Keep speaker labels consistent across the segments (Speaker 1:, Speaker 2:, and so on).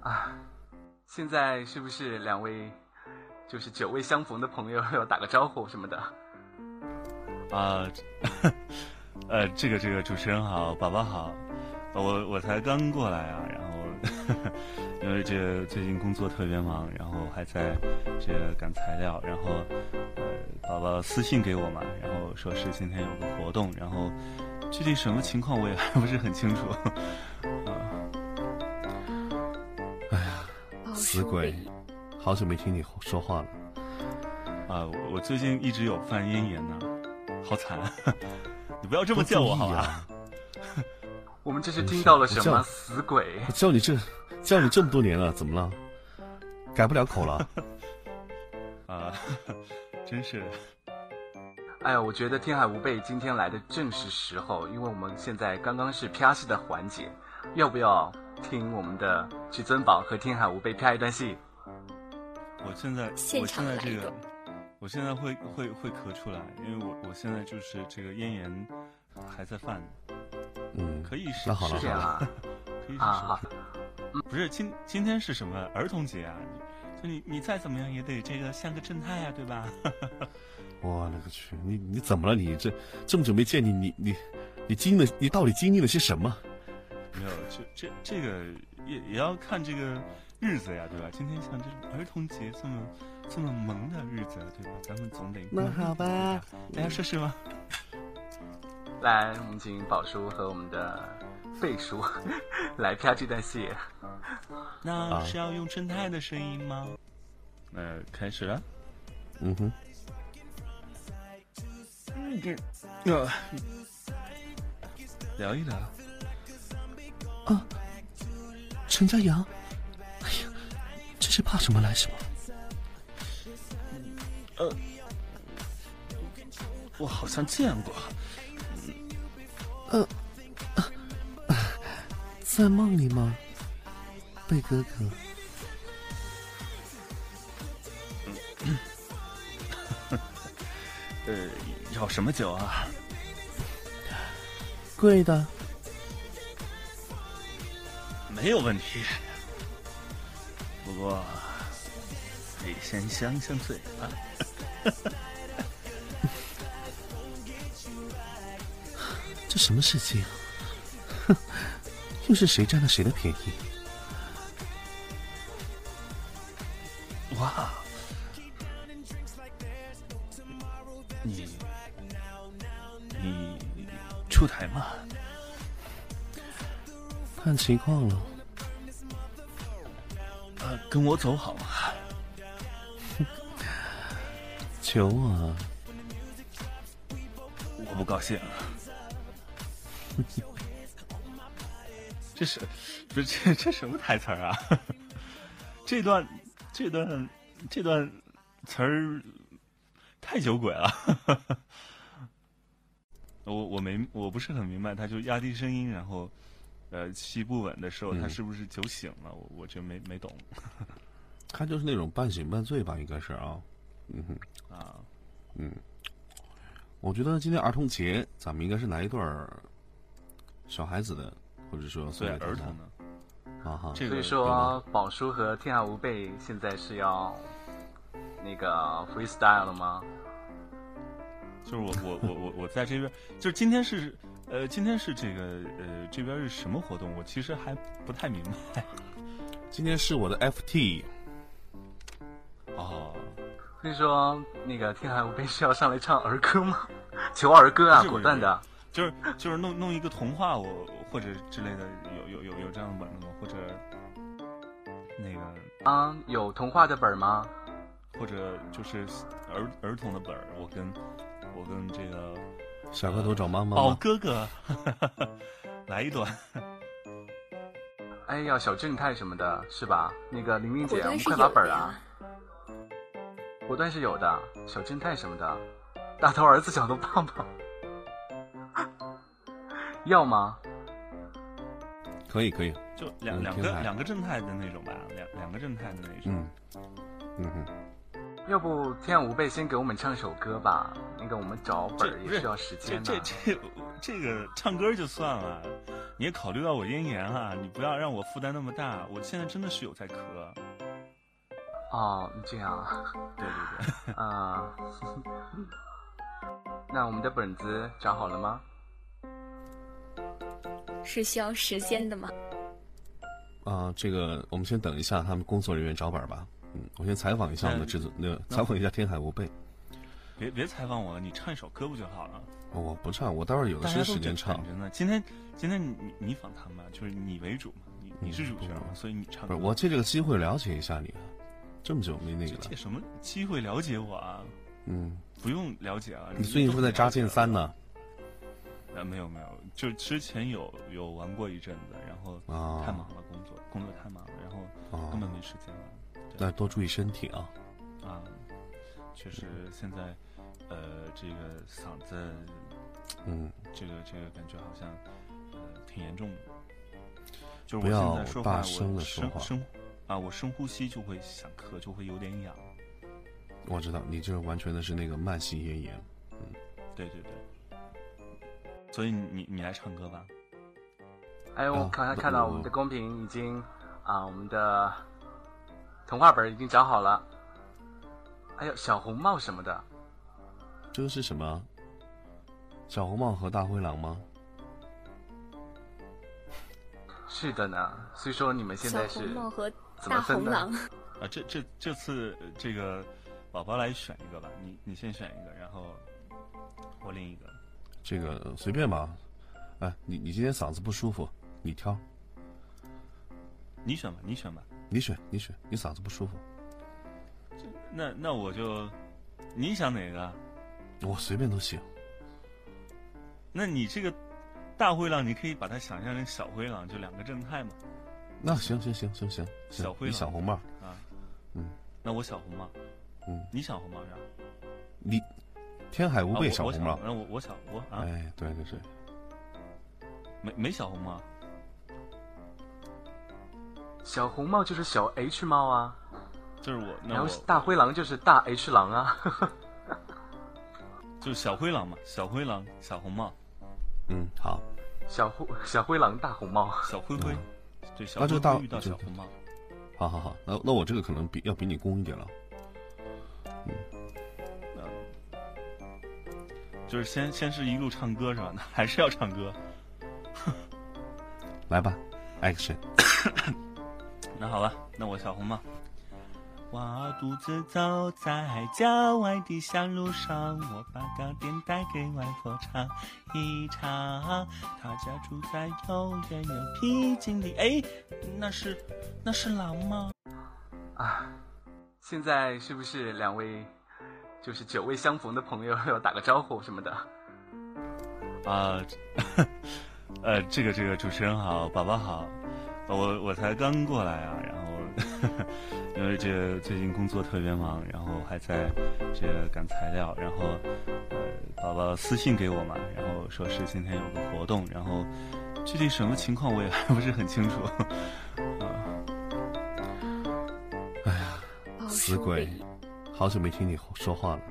Speaker 1: 啊，现在是不是两位就是久未相逢的朋友要打个招呼什么 的？
Speaker 2: 啊，呃，这个这个主持人好，宝宝好，我我才刚过来啊，然后 因为这个最近工作特别忙，然后还在这个赶材料，然后呃，宝宝私信给我嘛，然后说是今天有个活动，然后具体什么情况我也 还不是很清楚，
Speaker 3: 暴
Speaker 4: 死
Speaker 3: 鼠
Speaker 4: 鬼
Speaker 3: 里，
Speaker 4: 好久没听你说话了。
Speaker 2: 啊，我我最近一直有犯咽炎呢，好惨，啊 你不要这么叫我好啊吧？
Speaker 4: 啊
Speaker 1: 我们这是听到了什
Speaker 4: 真哎是
Speaker 1: 么
Speaker 4: 我叫
Speaker 1: 死鬼？
Speaker 4: 我叫你这叫你这么多年了，怎么了？改不了口 了？
Speaker 2: 啊， 真是的。
Speaker 1: 哎呀，我觉得天海无贝今天来的正是时候，因为我们现在刚刚是啪戏的环节，要不要听我们的至尊宝和天海无贝啪一段 戏？
Speaker 2: 我现在，
Speaker 3: 现
Speaker 2: 我
Speaker 3: 场
Speaker 2: 现在
Speaker 3: 来
Speaker 2: 这
Speaker 3: 一
Speaker 2: 个
Speaker 3: 段，
Speaker 2: 我现在会会会咳出来，因为我我现在就是这个咽炎还在犯，
Speaker 4: 嗯，
Speaker 2: 可以是
Speaker 4: 那好了
Speaker 1: 这
Speaker 2: 是这
Speaker 1: 样
Speaker 2: 样
Speaker 1: 啊，
Speaker 2: 可以是
Speaker 1: 啊
Speaker 2: 手
Speaker 1: 好
Speaker 2: 术不是今今天是什么儿童节啊？你就你你再怎么样也得这个像个正太啊，对吧？
Speaker 4: 我勒个去，你你怎么了？你这这么久没见你，你你你经历了，你到底经历了些什么？
Speaker 2: 没有，这这这个也也要看这个日子呀，对吧？今天像这种儿童节这么这么萌的日子，对吧？咱们总得
Speaker 4: 那
Speaker 2: 萌一
Speaker 4: 好
Speaker 2: 点
Speaker 4: 吧
Speaker 2: 呀，大家说是吗？
Speaker 1: 来，我们请宝叔和我们的贝叔 来啪这段戏。
Speaker 4: 啊
Speaker 2: 那是要用正太的声音吗？那、呃开始了。
Speaker 4: 嗯哼，
Speaker 2: 呃，聊一聊，
Speaker 4: 陈家阳，哎呀，真是怕什么来什么。
Speaker 2: 我好像见过。
Speaker 4: 在梦里吗？贝哥哥，
Speaker 2: 呃，要什么酒啊？
Speaker 4: 贵的，
Speaker 2: 没有问题。不过得先香香啊嘴巴。
Speaker 4: 这什么事情、啊？ 哼，又是谁占了谁的便宜？
Speaker 2: 哇，你你出台吗？
Speaker 4: 看情况了。
Speaker 2: 呃，跟我走好吗？
Speaker 4: 求我啊，
Speaker 2: 我不高兴。这是不是这这什么台词儿啊？ 这段这段这段词儿太酒鬼了。我我没我不是很明白，他就压低声音，然后呃气不稳的时候，
Speaker 4: 嗯
Speaker 2: 他是不是酒醒了？我我这没没懂
Speaker 4: 他就是那种半醒半醉吧，应该是啊。
Speaker 2: 啊。
Speaker 4: 我觉得今天儿童节，咱们应该是来一段儿小孩子的，或者说送
Speaker 2: 对
Speaker 4: 给大
Speaker 2: 儿
Speaker 4: 家
Speaker 2: 童呢？
Speaker 4: 啊哈。
Speaker 2: 这
Speaker 1: 所
Speaker 2: 个
Speaker 1: 以说，宝叔和天下无贝现在是要那个 freestyle 了吗？
Speaker 2: 就是我我我我我在这边，就是今天是呃今天是这个呃这边是什么活动？我其实还不太明白。
Speaker 4: 今天是我的 FT，
Speaker 2: 哦，
Speaker 1: 所以说，那个天海无贝是要上来唱儿歌吗？ 求儿歌啊，
Speaker 2: 不是
Speaker 1: 果断的。
Speaker 2: 就是就是弄弄一个童话我或者之类的，有有有有这样的版本吗？或者那个
Speaker 1: 啊，有童话的本儿吗？
Speaker 2: 或者就是儿儿童的本儿，我跟我跟这个
Speaker 4: 小蝌蚪找妈妈
Speaker 2: 宝
Speaker 4: 吗。
Speaker 2: 哥哥 来一段。
Speaker 1: 哎呀，小正太什么的，是吧？那个玲玲姐，
Speaker 3: 果
Speaker 1: 我
Speaker 3: 断
Speaker 1: 们
Speaker 3: 是
Speaker 1: 快
Speaker 3: 有
Speaker 1: 把本儿
Speaker 3: 的
Speaker 1: 啊
Speaker 3: 呀！，
Speaker 1: 果断是有的，小正太什么的，大头儿子小头爸爸， 要吗？
Speaker 4: 可以可以，
Speaker 2: 就两
Speaker 4: 嗯
Speaker 2: 两
Speaker 4: 挺
Speaker 2: 个
Speaker 4: 好
Speaker 2: 两个正太的那种吧，两两个正太的那种。
Speaker 4: 嗯嗯哼，
Speaker 1: 要不天海无贝先给我们唱首歌吧？那个我们找本
Speaker 2: 这
Speaker 1: 儿
Speaker 2: 不
Speaker 1: 也
Speaker 2: 是
Speaker 1: 需要时
Speaker 2: 这
Speaker 1: 间的
Speaker 2: 这。这这个唱歌就算了，你也考虑到我咽炎啊，你不要让我负担那么大。我现在真的是有在咳。
Speaker 1: 哦，这样啊，
Speaker 2: 对对 对，
Speaker 1: 啊、 那我们的本子找好了吗？
Speaker 3: 是需要时间的吗？
Speaker 4: 啊，这个我们先等一下他们工作人员找本儿吧。嗯，我先采访一下我们的制
Speaker 2: 嗯
Speaker 4: 作，那个采访一下天海无备。
Speaker 2: 别别采访我了，你唱一首歌不就好了？
Speaker 4: 哦我不唱，我待会儿有的
Speaker 2: 大家
Speaker 4: 是
Speaker 2: 都
Speaker 4: 时间
Speaker 2: 等
Speaker 4: 唱。
Speaker 2: 着呢。今天今天你你访谈嘛，就是你为主嘛，你你是主角嘛，所以你唱
Speaker 4: 嗯不
Speaker 2: 歌。
Speaker 4: 是，我借这个机会了解一下你啊，这么久没那个
Speaker 2: 这
Speaker 4: 了
Speaker 2: 借。什么机会了解我啊？
Speaker 4: 嗯，
Speaker 2: 不用了解啊。
Speaker 4: 你最近是不是在扎剑三
Speaker 2: 呢？
Speaker 4: 呢？
Speaker 2: 呃，没有没有，就之前有有玩过一阵子，然后
Speaker 4: 啊
Speaker 2: 太忙了，工作工作太忙了，然后根本
Speaker 4: 哦，
Speaker 2: 没时间了
Speaker 4: 那多注意身体啊。
Speaker 2: 啊。确实现在，呃，这个嗓子，
Speaker 4: 嗯，
Speaker 2: 这个这个感觉好像，呃，挺严重的。就是
Speaker 4: 不
Speaker 2: 我
Speaker 4: 要
Speaker 2: 现在说
Speaker 4: 大
Speaker 2: 话，
Speaker 4: 声
Speaker 2: 我
Speaker 4: 地说
Speaker 2: 深
Speaker 4: 话
Speaker 2: 深啊，我深呼吸就会想咳，就会有点痒。
Speaker 4: 我知道你这完全的是那个慢性咽炎。
Speaker 2: 对对对。所以你你你来唱歌吧。
Speaker 1: 哎，我
Speaker 2: 哦
Speaker 4: 啊
Speaker 1: 刚才
Speaker 4: 那
Speaker 1: 看到
Speaker 4: 我
Speaker 1: 我们的公屏已经啊，我们的童话本已经找好了，还有小红帽什么的。
Speaker 4: 这个是什么？啊小红帽和大灰狼吗？
Speaker 1: 是的呢，虽说你们现
Speaker 3: 小
Speaker 1: 在是
Speaker 3: 红帽和
Speaker 1: 怎么
Speaker 3: 大
Speaker 1: 分
Speaker 3: 红
Speaker 1: 的
Speaker 3: 狼，
Speaker 2: 啊，这这这次呃这个宝宝来选一个吧，你你先选一个，然后我另一个。
Speaker 4: 这个呃随便吧。哎，你你今天嗓子不舒服，你挑，
Speaker 2: 你选吧，你选吧。
Speaker 4: 你选，你选，你嗓子不舒服，
Speaker 2: 那那我就，你想哪个？啊
Speaker 4: 我随便都行。
Speaker 2: 那你这个大灰狼，你可以把它想象成小灰狼，就两个正太嘛。
Speaker 4: 那行行行行行，行
Speaker 2: 小灰
Speaker 4: 你
Speaker 2: 狼
Speaker 4: 小红帽，
Speaker 2: 啊，
Speaker 4: 嗯，
Speaker 2: 那我小红帽，
Speaker 4: 嗯，
Speaker 2: 你小红帽是吧？
Speaker 4: 你天海无
Speaker 2: 啊
Speaker 4: 备
Speaker 2: 我
Speaker 4: 小
Speaker 2: 我
Speaker 4: 红帽。
Speaker 2: 那我我小我啊，
Speaker 4: 哎，对对对，
Speaker 2: 没没小红帽。
Speaker 1: 小红帽就是小 H 猫啊，
Speaker 2: 就是我，那
Speaker 1: 然
Speaker 2: 我
Speaker 1: 后大灰狼就是大 H 狼啊。
Speaker 2: 就是小灰狼嘛，小灰狼，小红帽，
Speaker 4: 嗯，好，
Speaker 1: 小灰小灰狼大红帽，
Speaker 2: 小灰灰，对，小
Speaker 4: 嗯那
Speaker 2: 灰
Speaker 4: 就大
Speaker 2: 灰遇到
Speaker 4: 对
Speaker 2: 小
Speaker 4: 对
Speaker 2: 红帽，
Speaker 4: 好好好，那那我这个可能比要比你公一点了。
Speaker 2: 就是先先是一路唱歌是吧？那还是要唱歌。
Speaker 4: 来吧，Action！
Speaker 2: 那好吧，那我小红帽。我独自走在郊外的小路上，我把糕点带给外婆尝一尝。她家住在又远又僻静的……哎，那是那是狼吗？
Speaker 1: 啊，现在是不是两位就是久未相逢的朋友要打个招呼什么的？
Speaker 2: 啊、呃，这个这个主持人好，宝宝好，我我才刚过来啊，然后 因为这个最近工作特别忙，然后还在这个赶材料，然后呃，宝宝私信给我嘛，然后说是今天有个活动，然后具体什么情况我也 还不是很清楚，
Speaker 3: 哦
Speaker 4: 死鬼，好久没听你说话了。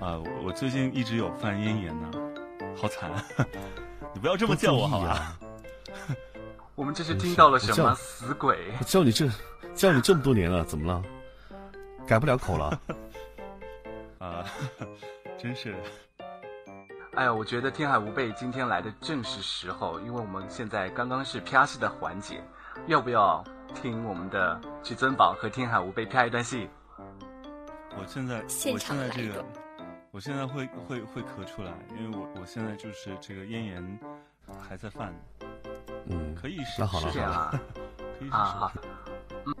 Speaker 2: 啊、我我最近一直有犯咽炎呢，好惨，啊 你不要这么叫我好吧？
Speaker 4: 啊
Speaker 1: 我们这
Speaker 2: 哎
Speaker 1: 是听到了什
Speaker 4: 我
Speaker 1: 么
Speaker 4: 叫
Speaker 1: 死鬼？
Speaker 4: 我啊叫你这叫你这么多年了，怎么了？改不了口 了？
Speaker 2: 啊、 真是。
Speaker 1: 哎呀，我觉得天海无备今天来的正是时候，因为我们现在刚刚是啪戏的环节，要不要听我们的至尊宝和天海无备啪一段戏？
Speaker 2: 我现在，
Speaker 3: 现
Speaker 2: 我现
Speaker 3: 场
Speaker 2: 在
Speaker 3: 来
Speaker 2: 这
Speaker 3: 一
Speaker 2: 个
Speaker 3: 个，
Speaker 2: 我现在会会会咳出来，因为我我现在就是这个咽炎还在犯，
Speaker 4: 嗯，
Speaker 2: 可以试
Speaker 4: 那好了
Speaker 1: 这
Speaker 2: 试试
Speaker 1: 样
Speaker 2: 吧，
Speaker 1: 啊，
Speaker 2: 可以试
Speaker 1: 啊好
Speaker 2: 试。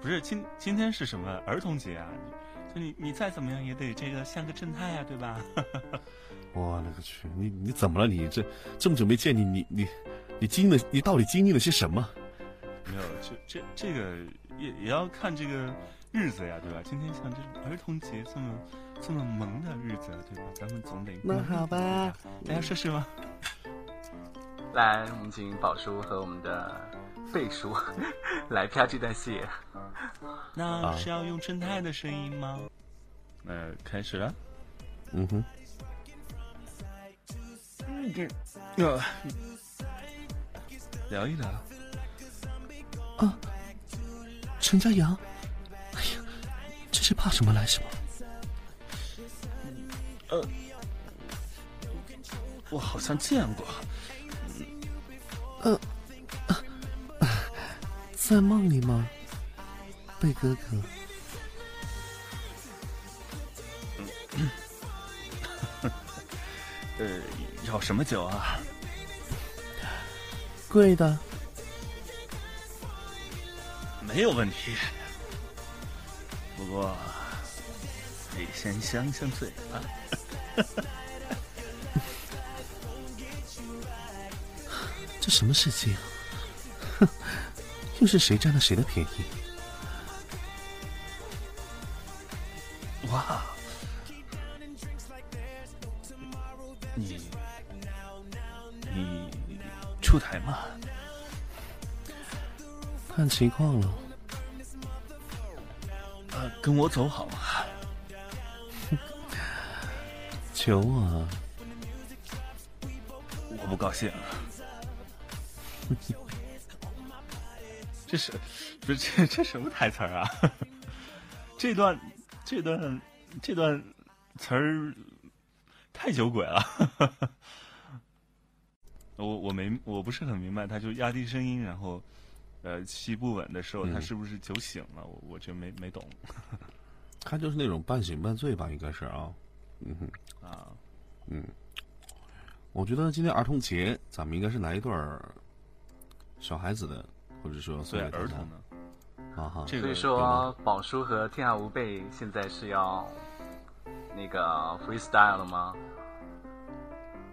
Speaker 2: 不是今今天是什么儿童节啊？你就你你再怎么样也得这个像个正太啊，对吧？
Speaker 4: 我勒个去，你你怎么了？你这这么久没见你，你你你经历了，你到底经历了些什么？
Speaker 2: 没有，这这这个也也要看这个日子呀，对吧？今天像这儿童节这么这么萌的日子，对吧？咱们总得
Speaker 4: 那好吧
Speaker 2: 鼓励鼓励一下大家试试吧。
Speaker 1: 来，我们请宝叔和我们的贝叔 来啪这段戏。
Speaker 2: 那是要用正太的声音吗？那呃开始了。
Speaker 4: 嗯哼，
Speaker 2: 呃，聊一聊。
Speaker 4: 啊，陈家阳，哎呀，真是怕什么来什么。
Speaker 2: 呃，我好像见过。
Speaker 4: 呃、啊啊，在梦里吗？贝哥哥。
Speaker 2: 嗯呃，要什么酒啊？
Speaker 4: 贵的。
Speaker 2: 没有问题，不过得先香香啊嘴巴。
Speaker 4: 这什么事情、啊？ 哼，又是谁占了谁的便
Speaker 2: 宜？哇！你你出台吗？
Speaker 4: 看情况了。
Speaker 2: 呃，跟我走好吗？
Speaker 4: 求啊！
Speaker 2: 我不高兴。啊 这是不是这这什么台词儿啊？ 这段这段这段词儿太酒鬼了。 我我没我不是很明白，他就压低声音，然后呃气不稳的时候，他是不是酒醒了？嗯、我我就没没懂。
Speaker 4: 他就是那种半醒半醉吧，应该是啊。嗯
Speaker 2: 哼啊
Speaker 4: 嗯，我觉得今天儿童节，咱们应该是来一段儿。小孩子的，或者说
Speaker 2: 对儿童的，
Speaker 4: 啊哈，
Speaker 1: 所以说宝叔和天下无贝现在是要那个 freestyle 了吗？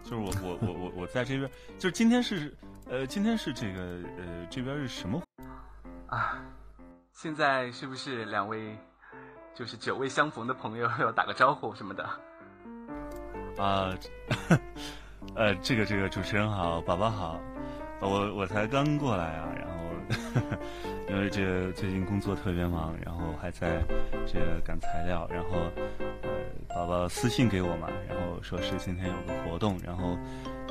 Speaker 2: 就是我我我我我在这边，就是今天是呃今天是这个呃这边是什么
Speaker 1: 啊？现在是不是两位就是久未相逢的朋友 要打个招呼什么的？
Speaker 2: 啊， 呃，这个这个主持人好，宝宝好。呃我我才刚过来啊，然后 因为这最近工作特别忙，然后还在这赶材料，然后呃，宝宝私信给我嘛，然后说是今天有个活动，然后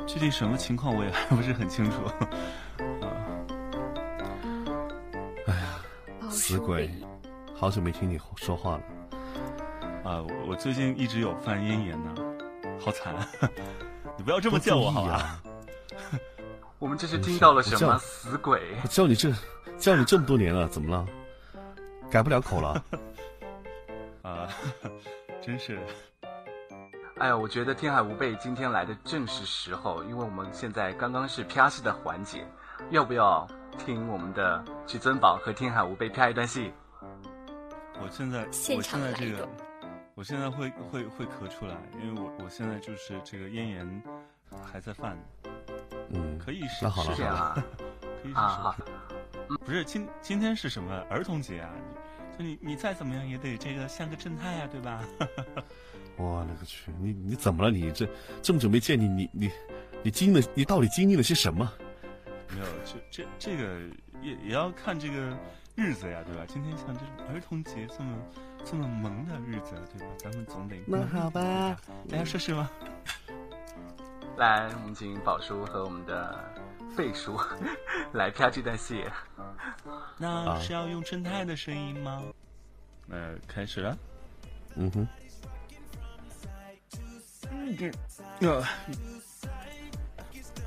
Speaker 2: 具体什么情况我也 还不是很清楚啊。
Speaker 4: 哎
Speaker 3: 哦
Speaker 4: 呀，死鬼，好久没听你说话了
Speaker 2: 啊！我最近一直有犯咽炎呢，好惨！啊 你不要这么
Speaker 4: 啊
Speaker 2: 叫我好啊吧？
Speaker 1: 我们这是听到了什么死鬼？
Speaker 4: 我 叫你这，叫你这么多年了，怎么了？改不了 口了？
Speaker 2: 啊，真是！
Speaker 1: 哎呀，我觉得天海无贝今天来的正是时候，因为我们现在刚刚是啪戏的环节，要不要听我们的至尊宝和天海无贝啪一段戏？
Speaker 2: 我现在，我现在这个，我现在会会会咳出来，因为我我现在就是这个咽炎还在犯。
Speaker 4: 嗯，
Speaker 2: 可以是
Speaker 4: 那好了，
Speaker 1: 是啊，
Speaker 2: 可以是
Speaker 1: 啊，
Speaker 2: 不是今今天是什么儿童节啊？就你你再怎么样也得这个像个正太啊，对吧？
Speaker 4: 我勒个去，你你怎么了？你这这么久没见你，你你你经历了，你到底经历了些什么？
Speaker 2: 没有，这这这个也也要看这个日子呀，对吧？今天像这种儿童节这么这么萌的日子，对吧？咱们总得
Speaker 4: 那好吧，
Speaker 2: 大哎家试试吧。
Speaker 1: 来，我们请宝叔和我们的贝叔 来啪这段戏。
Speaker 2: 那
Speaker 4: 啊
Speaker 2: 是要用正太的声音吗？那、呃、开始了。
Speaker 4: 嗯哼。
Speaker 2: 嗯这啊，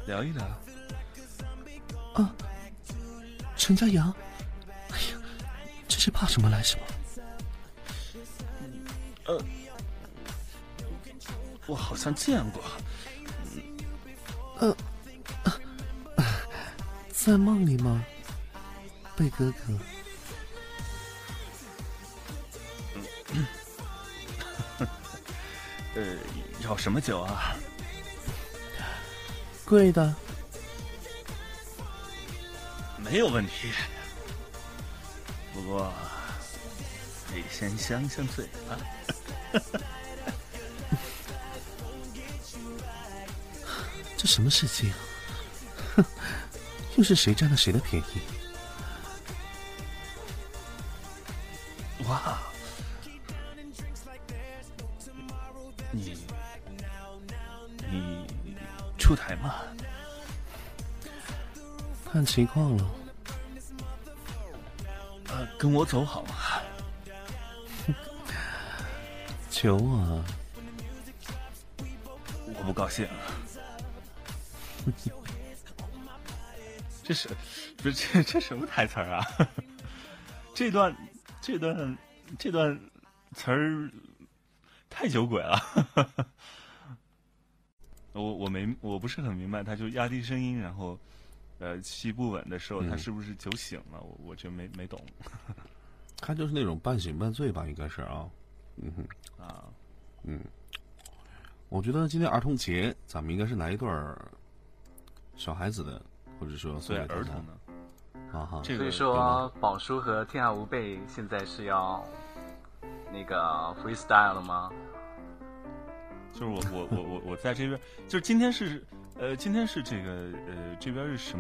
Speaker 2: 聊一聊。
Speaker 4: 啊，陈家阳，哎呀，真是怕什么来什么。
Speaker 2: 呃，我好像见过。
Speaker 4: 呃、啊啊，在梦里吗，贝哥哥？
Speaker 2: 嗯、 呃，要什么酒啊？
Speaker 4: 贵的。
Speaker 2: 没有问题，不过得先香香嘴巴。
Speaker 4: 这什么事情、啊？哼，又是谁占了谁的便
Speaker 2: 宜？哇！你你出台吗？
Speaker 4: 看情况了。
Speaker 2: 呃，跟我走好吗？
Speaker 4: 求啊，
Speaker 2: 我不高兴。啊 这是不是这这什么台词儿啊？ 这段这段这段词儿太酒鬼了。 我我没我不是很明白，他就压低声音，然后呃气不稳的时候，
Speaker 4: 嗯
Speaker 2: 他是不是酒醒了？我我这没没懂
Speaker 4: 他就是那种半醒半醉吧，应该是啊。
Speaker 2: 啊。
Speaker 4: 我觉得今天儿童节，咱们应该是来一段儿小孩子的，或者说送
Speaker 2: 对
Speaker 4: 给大
Speaker 2: 儿
Speaker 4: 家
Speaker 2: 童呢？
Speaker 4: 啊哈。
Speaker 2: 这
Speaker 1: 所
Speaker 2: 个
Speaker 1: 以说，宝叔和天下无贝现在是要那个 freestyle 了吗？
Speaker 2: 就是我我我我我在这边，就是今天是呃今天是这个呃这边是什么？